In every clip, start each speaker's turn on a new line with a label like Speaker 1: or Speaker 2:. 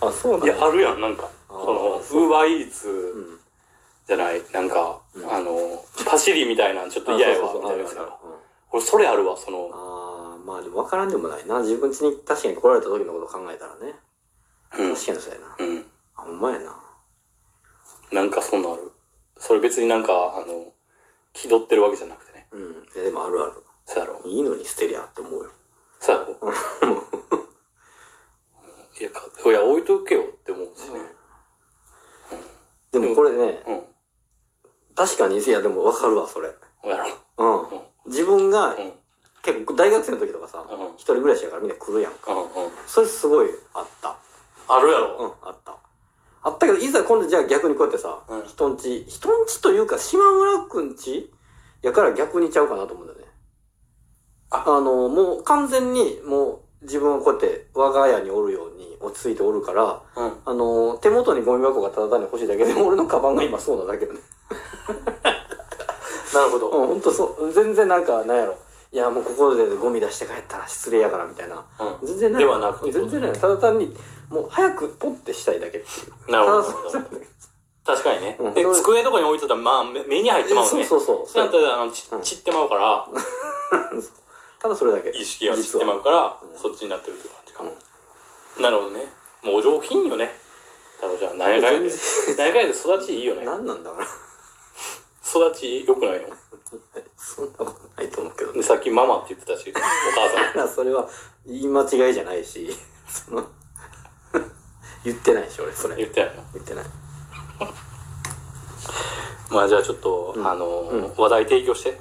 Speaker 1: あ、そうなん
Speaker 2: い
Speaker 1: だ。
Speaker 2: や、あるやん、なんか。
Speaker 1: あ
Speaker 2: そ
Speaker 1: ー
Speaker 2: の、
Speaker 1: そう
Speaker 2: ウーバーイーツ
Speaker 1: うん。
Speaker 2: じゃない、なんか、
Speaker 1: うん
Speaker 2: あの、パシリみたいなんちょっと嫌やわ、
Speaker 1: あそ
Speaker 2: み
Speaker 1: うそうそう
Speaker 2: たいなや
Speaker 1: あ
Speaker 2: つ
Speaker 1: るある
Speaker 2: が。
Speaker 1: うん
Speaker 2: 俺、それあるわ、その、
Speaker 1: あーまあでも分からんでもないな。自分家に確かに来られた時のことを考えたらね。
Speaker 2: うん。
Speaker 1: 確かにそうやな。
Speaker 2: うん。
Speaker 1: あ、ほんまやな。
Speaker 2: なんかそんなんある。それ別になんか、あの、気取ってるわけじゃなくてね。
Speaker 1: うん。いやでもあるある。
Speaker 2: そうやろ。
Speaker 1: いいのに捨てりゃって思うよ。
Speaker 2: そうやろ。いや、かいや、置いとけよって思うしね。
Speaker 1: でもこれね、
Speaker 2: うん。
Speaker 1: 確かに、いやでも分かるわ、それ。
Speaker 2: そうやろ。
Speaker 1: うん。自分が
Speaker 2: うん。うん。
Speaker 1: 結構大学生の時とかさ、
Speaker 2: うん
Speaker 1: 一人暮らしやからみんな来るやんか。
Speaker 2: うん。うん。
Speaker 1: それすごいあった。
Speaker 2: あるや
Speaker 1: うん
Speaker 2: ろ。、
Speaker 1: あった。あったけど、いざ今度じゃあ逆にこうやってさ、
Speaker 2: うん
Speaker 1: 人んち、人んちというか島村くんちやから逆にちゃうかなと思うんだよね。あ
Speaker 2: あ
Speaker 1: の、もう完全にもう自分はこうやって我が家におるように落ち着いておるから、
Speaker 2: うん。
Speaker 1: あの、手元にゴミ箱がただ単に欲しいだけで、俺のカバンが今そうなだけどね。
Speaker 2: なるほど。
Speaker 1: うん、ほんとそう。全然なんか、なんやろ。いや、もうここでゴミ出して帰ったら失礼やからみたいな。
Speaker 2: う
Speaker 1: 全然ない。
Speaker 2: ではなく
Speaker 1: 全然ない。ただ単に、もう早くポッてしたいだけっていう。
Speaker 2: ん。なるほどな
Speaker 1: ただ
Speaker 2: るほ
Speaker 1: そ
Speaker 2: ど
Speaker 1: う。
Speaker 2: 確かにね。
Speaker 1: うん
Speaker 2: で机とかに置いとったら、まあ、目目に入ってまうね。
Speaker 1: そうそうそう
Speaker 2: そうやったら、あの、ち
Speaker 1: うん
Speaker 2: 散ってまうから、
Speaker 1: ただそれだけ。
Speaker 2: 意識が散ってまう
Speaker 1: 実は
Speaker 2: から、そっちになってるって感じかも。なるほどね。もうお上品よね。太郎ちゃん、何やかんやで。何やかんやで育ちいいよね。
Speaker 1: 何なんだから。
Speaker 2: 育ち良くないよ。
Speaker 1: そんなことないと思うけどね
Speaker 2: で、。さっきママって言ってたし、お母
Speaker 1: だからそれは言い間違いじゃないし、 その、言ってないし、俺、そ
Speaker 2: さん
Speaker 1: れ。
Speaker 2: 言
Speaker 1: 言
Speaker 2: ってたよな。
Speaker 1: ってない。
Speaker 2: まあじゃあちょっと、
Speaker 1: うん
Speaker 2: あのー
Speaker 1: う
Speaker 2: 話題提供して。
Speaker 1: い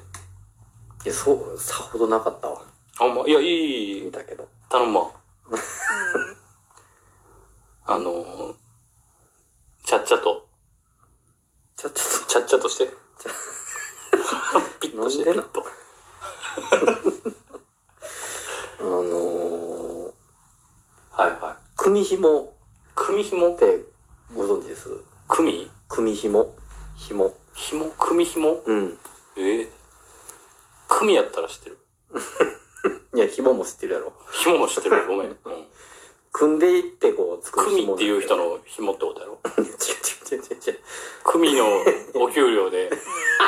Speaker 1: や、そう、さほどなかったわ。
Speaker 2: あんま、いや、い
Speaker 1: 見
Speaker 2: い、
Speaker 1: たけど。
Speaker 2: 頼むわ。あのーちゃっちゃと、
Speaker 1: ちょっと、
Speaker 2: ちゃっちゃとして。 ピッとし
Speaker 1: なんで
Speaker 2: て、ピ
Speaker 1: な
Speaker 2: ッと。
Speaker 1: あのー、
Speaker 2: はいはい。
Speaker 1: 組紐
Speaker 2: 組
Speaker 1: っ
Speaker 2: 紐
Speaker 1: てご存知です
Speaker 2: 組
Speaker 1: 組紐紐。
Speaker 2: 紐組紐
Speaker 1: うん。
Speaker 2: ええ組やったら知ってる。
Speaker 1: いや、紐も知ってるやろ。
Speaker 2: 紐も知ってる。ごめん。うん、
Speaker 1: 組んでいってこう作る紐
Speaker 2: 組っていう人
Speaker 1: の。
Speaker 2: の紐ってことやろ。
Speaker 1: 違う違う違う違う違う。
Speaker 2: 組のお給料 で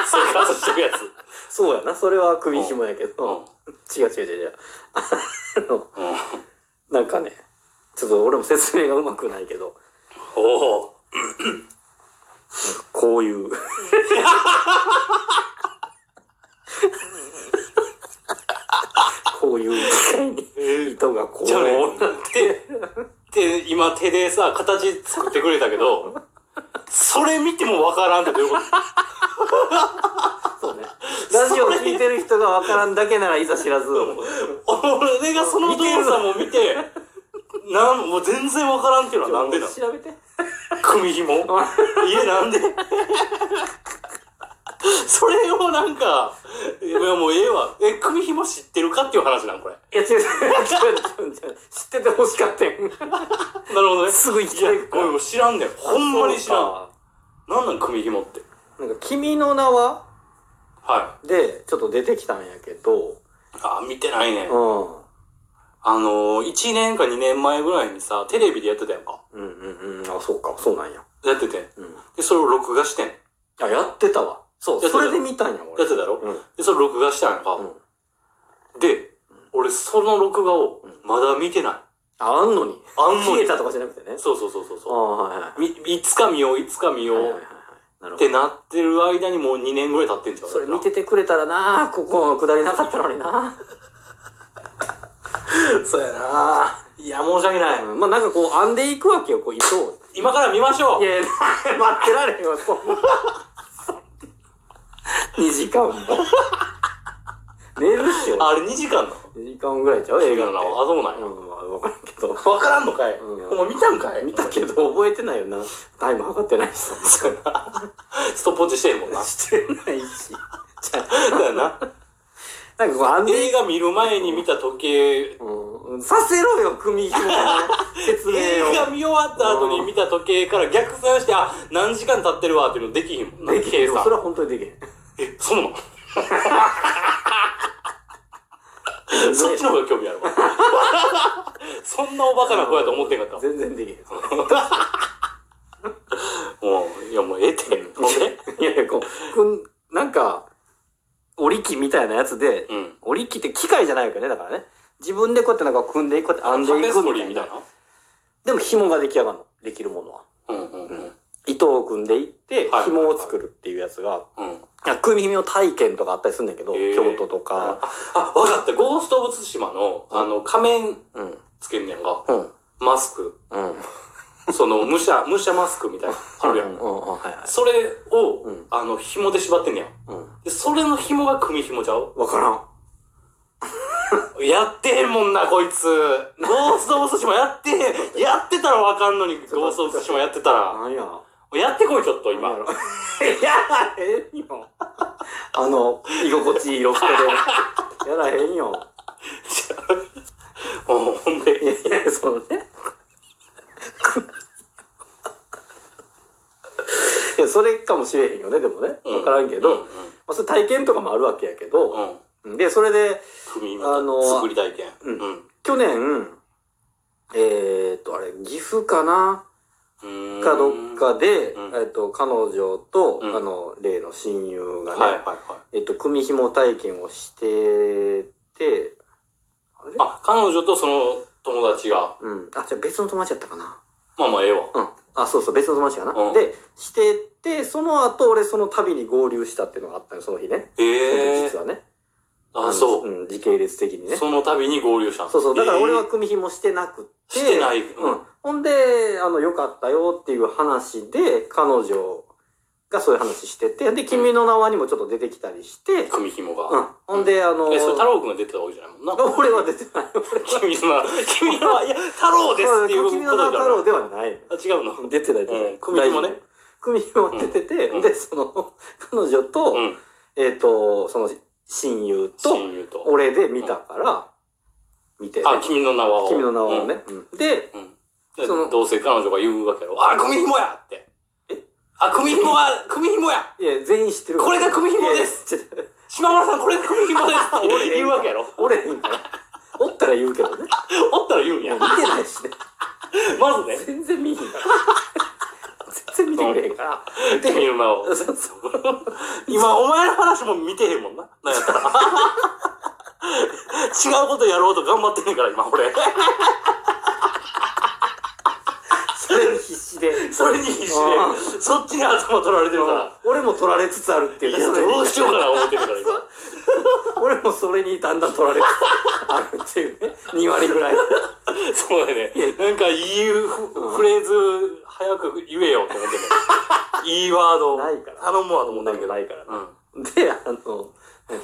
Speaker 2: 生活してるやつ。
Speaker 1: そうやな、それは組紐やけ
Speaker 2: う
Speaker 1: ど。違う違う違う違う。
Speaker 2: ん。うん。
Speaker 1: なんかね、ちょっと俺も説明がうまくないけど、
Speaker 2: おお。
Speaker 1: こういう。こういう機械に
Speaker 2: え
Speaker 1: 糸がこう
Speaker 2: じゃあもう、手、手、今手でさ、形作ってくれたけど、それ見てもわからんってどういうこと
Speaker 1: そうね。ラジオ聞いてる人がわからんだけならいざ知らず。
Speaker 2: 俺がその動作も見て、なん、もう全然わからんっていう のはなんでなの
Speaker 1: 調べて。
Speaker 2: 組紐いや、なんで それをなんか、いやもうええわ。え、組紐知ってるかっていう話なんこれ。
Speaker 1: いや、違う違う違う違う違う。知ってて欲しかったよ。
Speaker 2: なるほどね。
Speaker 1: すぐ行きたい
Speaker 2: いやごめん、知らんねん。ほんまに知らん。なんなん組紐って。
Speaker 1: ん。なんか、君の名は
Speaker 2: は
Speaker 1: で、ちょっと出てきたんやけど、
Speaker 2: い。あ、見てないね。
Speaker 1: う
Speaker 2: あのー、1年か2年前ぐらいにさ、テレビでやってたやんか。
Speaker 1: ん。うんうんうん。あ、そうか、そうなんや。
Speaker 2: やってて。
Speaker 1: うん。
Speaker 2: で、それを録画してん。や
Speaker 1: あ、やってたわ。そう、
Speaker 2: やって
Speaker 1: そ
Speaker 2: た
Speaker 1: れで見たんや、
Speaker 2: って
Speaker 1: 俺。
Speaker 2: たやろ、
Speaker 1: うん
Speaker 2: で、それ録画したやんか。
Speaker 1: うん。
Speaker 2: で、俺、その録画を、まだ見てない。
Speaker 1: あ、あんのに。
Speaker 2: あんのに
Speaker 1: 消えたとかじゃなくてね。
Speaker 2: そうそうそうそう
Speaker 1: あ
Speaker 2: そう。
Speaker 1: あ、はいはい。
Speaker 2: み、いつか見よう、いつか見よう。
Speaker 1: はいはいはいなる
Speaker 2: っ
Speaker 1: ほ
Speaker 2: て
Speaker 1: ど。
Speaker 2: なってる間にもう2年ぐらい経ってんじゃん。
Speaker 1: それ見ててくれたらなここのくだりなかったのにな
Speaker 2: る。そうやないや、申し訳ない。
Speaker 1: うんまあなんかこう、編んでいくわけよ、こう、糸を。
Speaker 2: 今から見ましょう
Speaker 1: いやいや、待ってられへんわ、そんな。2時間 も。寝るっしょ。
Speaker 2: あれ2時間なの
Speaker 1: 2時間ぐらいちゃう映画
Speaker 2: な
Speaker 1: って。
Speaker 2: のあ、そうなん
Speaker 1: う
Speaker 2: や。
Speaker 1: ん、まあ、わからんけど。
Speaker 2: わからんのかい
Speaker 1: うん
Speaker 2: お前見たんかい
Speaker 1: 見たけど、覚えてないよな。タイム測ってないし。
Speaker 2: そうやなストップウォッ チしてるもんな。
Speaker 1: してないし。じゃあ
Speaker 2: そうやな。
Speaker 1: なんかこう、あんで、
Speaker 2: 映画見る前に見た時計、
Speaker 1: うん、させろよ、組紐の説
Speaker 2: 映
Speaker 1: 明
Speaker 2: 画
Speaker 1: を。
Speaker 2: 見終わった後に見た時計から逆算して、あ、何時間経ってるわっていうのできひんもんな。
Speaker 1: できへん
Speaker 2: 計
Speaker 1: よ。
Speaker 2: 算
Speaker 1: それは本当にできへん。
Speaker 2: え、そうなのそっちの方が興味ある わ。そんなおバカな子やと思ってんかったわ。
Speaker 1: 全然できへん。
Speaker 2: もう、いやもうええって。ほんで
Speaker 1: いやいや、こう、くん、なんか、折り機みたいなやつで、
Speaker 2: うん。
Speaker 1: 折り機って機械じゃないわけね、だからね。自分でこうやってなんか組んでいく、こうやって編んでい
Speaker 2: タペスト
Speaker 1: く
Speaker 2: リー
Speaker 1: み
Speaker 2: み
Speaker 1: た
Speaker 2: た
Speaker 1: い
Speaker 2: い
Speaker 1: な。
Speaker 2: な。
Speaker 1: でも紐が出来上がるの。できるものは。
Speaker 2: うんうんうん。
Speaker 1: 糸を組んでいって
Speaker 2: はい、
Speaker 1: 紐を作るっていうやつが、
Speaker 2: うん。
Speaker 1: いや組紐体験とかあったりするんだけど、
Speaker 2: へー
Speaker 1: 京都とか、
Speaker 2: あ、わかった。ゴースト・オブ・ツシマの、あの、仮面
Speaker 1: うん、
Speaker 2: つけんねやんか。
Speaker 1: うん、
Speaker 2: マスク。
Speaker 1: うん、うん、
Speaker 2: その、武者、 武者マスクみたいな。あるやん。
Speaker 1: うん、はいはい。
Speaker 2: それを
Speaker 1: うん、
Speaker 2: あの、紐で縛ってんねやん。
Speaker 1: うん。
Speaker 2: で、それの紐が組紐ちゃう
Speaker 1: わからん。
Speaker 2: やってへんもんな、こいつ。ゴースト・オブ・ツシマやってへん。やってたらわかんのに、ゴースト・オブ・ツシマやってたら。
Speaker 1: なんや。
Speaker 2: やってこい、ちょっと、今。
Speaker 1: なんやろ やらへんよ。あの、居心地いいロフト で。やらへんよ。
Speaker 2: うんほんで
Speaker 1: い、やいや、そのね。いや、それかもしれへんよね、でもね。
Speaker 2: うん
Speaker 1: わからんけど、
Speaker 2: うん
Speaker 1: まあ、それ体験とかもあるわけやけど、
Speaker 2: うん。うん。
Speaker 1: で、それで、
Speaker 2: 組
Speaker 1: あの
Speaker 2: 紐作り体験。
Speaker 1: うん
Speaker 2: うん。
Speaker 1: 去年、えー、っと、あれ、岐阜かな
Speaker 2: うーん
Speaker 1: かどっ。かで、
Speaker 2: うん
Speaker 1: えーっと、彼女と、
Speaker 2: うん
Speaker 1: あの、例の親友がね、
Speaker 2: はいはいはい。
Speaker 1: えっと、組紐体験をしてて、あれ
Speaker 2: あ、彼女とその友達が、
Speaker 1: うん。あ、じゃあ別の友達やったかな。
Speaker 2: まあまあええわ。
Speaker 1: うん。あ、そうそう、別の友達かな。
Speaker 2: うん
Speaker 1: で、してって、その後俺その旅に合流したっていうのがあったの、その日ね。
Speaker 2: ええ
Speaker 1: 実はね。
Speaker 2: あ、そう。
Speaker 1: うん、時系列的にね。
Speaker 2: その旅に合流したの
Speaker 1: そうそう、だから俺は
Speaker 2: え
Speaker 1: 組紐してなくて。
Speaker 2: えしてない。
Speaker 1: う。
Speaker 2: うん
Speaker 1: ほんで、あの、良かったよっていう話で、彼女がそういう話してて、で、君の名はにもちょっと出てきたりして
Speaker 2: ん。、組紐
Speaker 1: う
Speaker 2: が。
Speaker 1: ん。ほんで、あの、
Speaker 2: え、それ太郎くんが出てたわけじゃないもんな。
Speaker 1: 俺は出てない。
Speaker 2: 君の名、君の名、いや、太郎ですっていうこと
Speaker 1: 君の名は
Speaker 2: じゃ
Speaker 1: 太郎ではない。
Speaker 2: あ、違うの。
Speaker 1: 出てない出てな
Speaker 2: う
Speaker 1: い。
Speaker 2: ん組紐
Speaker 1: 大丈
Speaker 2: ね
Speaker 1: 夫。組紐は出てて、
Speaker 2: うん
Speaker 1: で、その、彼女と、
Speaker 2: うん。
Speaker 1: えっ、と、その、親友と、
Speaker 2: 親友と。
Speaker 1: 俺で見たから、見て、
Speaker 2: あ、君の名はを。
Speaker 1: 君の名はをね。うんで、
Speaker 2: うん。うん。
Speaker 1: その
Speaker 2: どうせ彼女が言うわけやろ。あ、組紐やって。
Speaker 1: え
Speaker 2: あ、組紐は、組紐や
Speaker 1: いや、全員知ってるわ
Speaker 2: これが組紐です
Speaker 1: いやちょっと
Speaker 2: 島村さん、これ組紐ですっ
Speaker 1: 俺
Speaker 2: て言うわけやろ。
Speaker 1: 俺へんから。おったら言うけどね。
Speaker 2: おったら言うんや。
Speaker 1: 見てないしね。
Speaker 2: まずね。
Speaker 1: 全然見へんから。全然見てくれへんから。
Speaker 2: 君の名を。
Speaker 1: そうそう
Speaker 2: 今、お前の話も見てへんもんな。なんやったら。違うことやろうと頑張ってんねんから、今、俺。
Speaker 1: それに必死で。
Speaker 2: それに必死で、そっちに頭取られてるから。
Speaker 1: 俺も取られつつあるってい
Speaker 2: いうや、
Speaker 1: ねそれに
Speaker 2: どうしようかな、思ってるから、今。
Speaker 1: 俺もそれにだんだん取られつつあるっていうね。2割ぐらい。
Speaker 2: そうだね。なんか、いいフレーズ、早く言えよって思 ってんねん。いいワード。
Speaker 1: ないから
Speaker 2: 頼むわと思ってんけど。
Speaker 1: ないからな。
Speaker 2: うん。
Speaker 1: で、あの、なんだっけ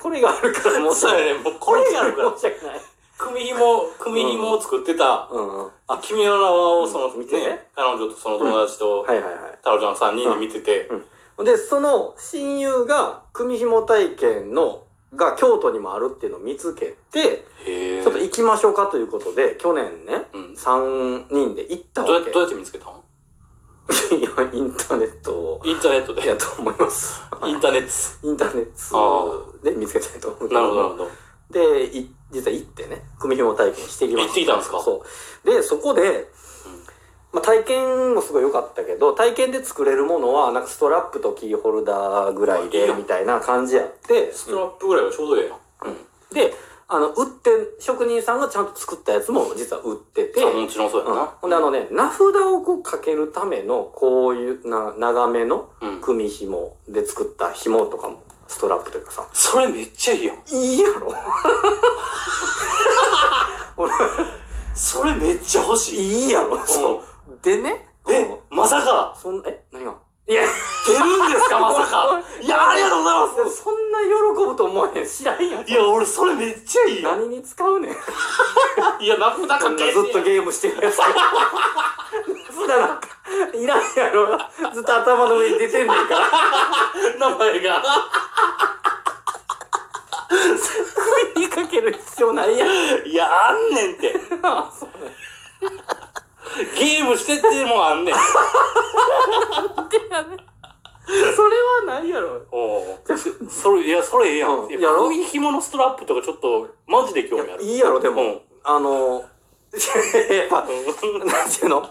Speaker 1: これがあるからもう
Speaker 2: そうやね、もうこれがあるから
Speaker 1: 申。し訳ない。
Speaker 2: 組紐、組紐を作ってた、
Speaker 1: うんうん。は
Speaker 2: あ、君の名はを、その、
Speaker 1: うん見てね
Speaker 2: ね、彼女とその友達と
Speaker 1: い、はいはい。
Speaker 2: 太郎ちゃん3人で見てて、
Speaker 1: で、その親友が、組紐体験の、が京都にもあるっていうのを見つけて、
Speaker 2: へ
Speaker 1: ちょっと行きましょうかということで、去年ね、
Speaker 2: うん
Speaker 1: 3人で行った
Speaker 2: どうや
Speaker 1: わ
Speaker 2: っ
Speaker 1: け
Speaker 2: て、。どうやって見つけたの
Speaker 1: いや、インターネットを、
Speaker 2: インターネットで。
Speaker 1: いや、と思います。
Speaker 2: インターネッ
Speaker 1: インターネットで見つけたいと思うけ
Speaker 2: ト。なるほど、なるほど。
Speaker 1: で、い、実は行ってね、組紐体験してきました。
Speaker 2: 行ってきたんですか
Speaker 1: そう。で、そこで、まあ、体験もすごい良かったけど、体験で作れるものは、なんかストラップとキーホルダーぐらい
Speaker 2: あいい
Speaker 1: で、
Speaker 2: やん
Speaker 1: みたいな感じやって、
Speaker 2: ストラップぐらいがちょうどええやん。
Speaker 1: で、あの、売って、職人さんがちゃんと作ったやつも実は売ってて、
Speaker 2: あもちろんそうや
Speaker 1: うん
Speaker 2: な。
Speaker 1: ほんであのね、名札をこうかけるための、こういうな、長めの
Speaker 2: うん
Speaker 1: 組紐で作った紐とかも、ストラップというかさ、
Speaker 2: それめっちゃいいやん。
Speaker 1: いいやろ俺
Speaker 2: それめっちゃ欲しい。
Speaker 1: いいやろ、そう。でね、
Speaker 2: え
Speaker 1: うん、
Speaker 2: まさか、
Speaker 1: そんな、え、何がいや、
Speaker 2: 出るんです か、まさか。いや、ありがとうございま
Speaker 1: そんな喜ぶと思えへん。知らんやん
Speaker 2: す。い。や、俺それめっちゃいいやん。
Speaker 1: 何に使うねん。ず
Speaker 2: いや、なくなかっ
Speaker 1: っとゲームしてるやつ。普段なんか、いらんやろ。ずっと頭の上に出てんねんから。
Speaker 2: 名前が。
Speaker 1: 首にかける必要ないやん。
Speaker 2: いや、あんねんって。ゲームしてってもあんねん。
Speaker 1: それはないやろ。
Speaker 2: おうそれ、いや、それええやん。
Speaker 1: うん
Speaker 2: い
Speaker 1: や
Speaker 2: や、
Speaker 1: ろ
Speaker 2: 首紐のストラップとかちょっと、 マジで興味あ る。
Speaker 1: いいやろ、で
Speaker 2: うん
Speaker 1: も。あの、やっぱ、
Speaker 2: うん
Speaker 1: なんていうの